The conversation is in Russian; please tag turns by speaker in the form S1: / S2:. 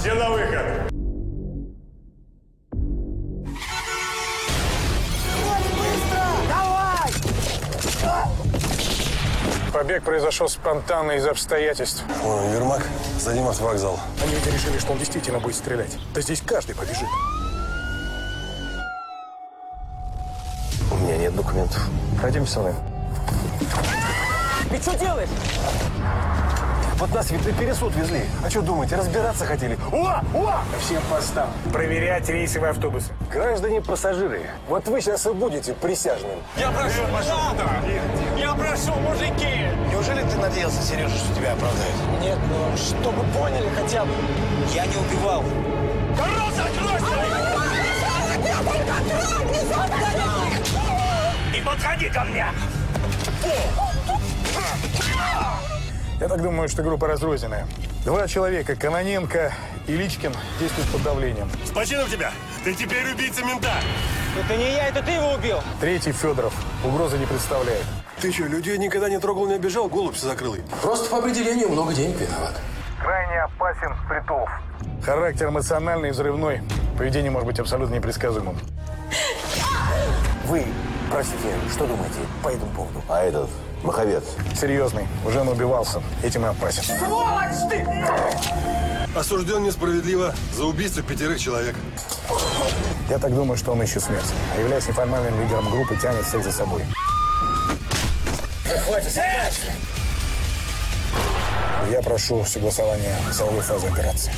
S1: Все на выход!
S2: Побег произошел спонтанно из обстоятельств.
S3: Вон, Вермак, за ним от вокзала.
S2: Они ведь решили, что он действительно будет стрелять. Да здесь каждый побежит.
S3: У меня нет документов. Пойдем со мной.
S4: Ты что делаешь?
S3: Вот нас ведь на пересуд везли. А что думаете, разбираться хотели? Уа! Уа!
S2: Всем постам. Проверять рейсовые автобусы.
S3: Граждане пассажиры, вот вы сейчас и будете присяжным.
S5: Я прошу, пожалуйста! Я прошу, мужики! Неужели ты надеялся, Сережа, что тебя оправдают? Нет, ну, чтобы поняли хотя бы. Я не убивал.
S2: Я так думаю, что группа разрозненная. Два человека, Каноненко и Личкин, действуют под давлением.
S1: С почином тебя! Ты теперь убийца мента!
S4: Это не я, это ты его убил.
S2: Третий Федоров угрозы не представляет.
S3: Ты что, людей никогда не трогал, не обижал, голубь закрылый?
S6: Просто по определению много денег виноват.
S2: Крайне опасен с притов. Характер эмоциональный и взрывной. Поведение может быть абсолютно непредсказуемым.
S7: Вы, простите, что думаете по этому поводу? А этот, Маховец.
S2: Серьезный, уже наубивался, этим и опасен.
S3: Осужден несправедливо за убийство пятерых человек.
S2: Я так думаю, что он ищет смерть. А являясь неформальным лидером группы, тянет всех за собой. Я прошу согласования силовой фазы операции.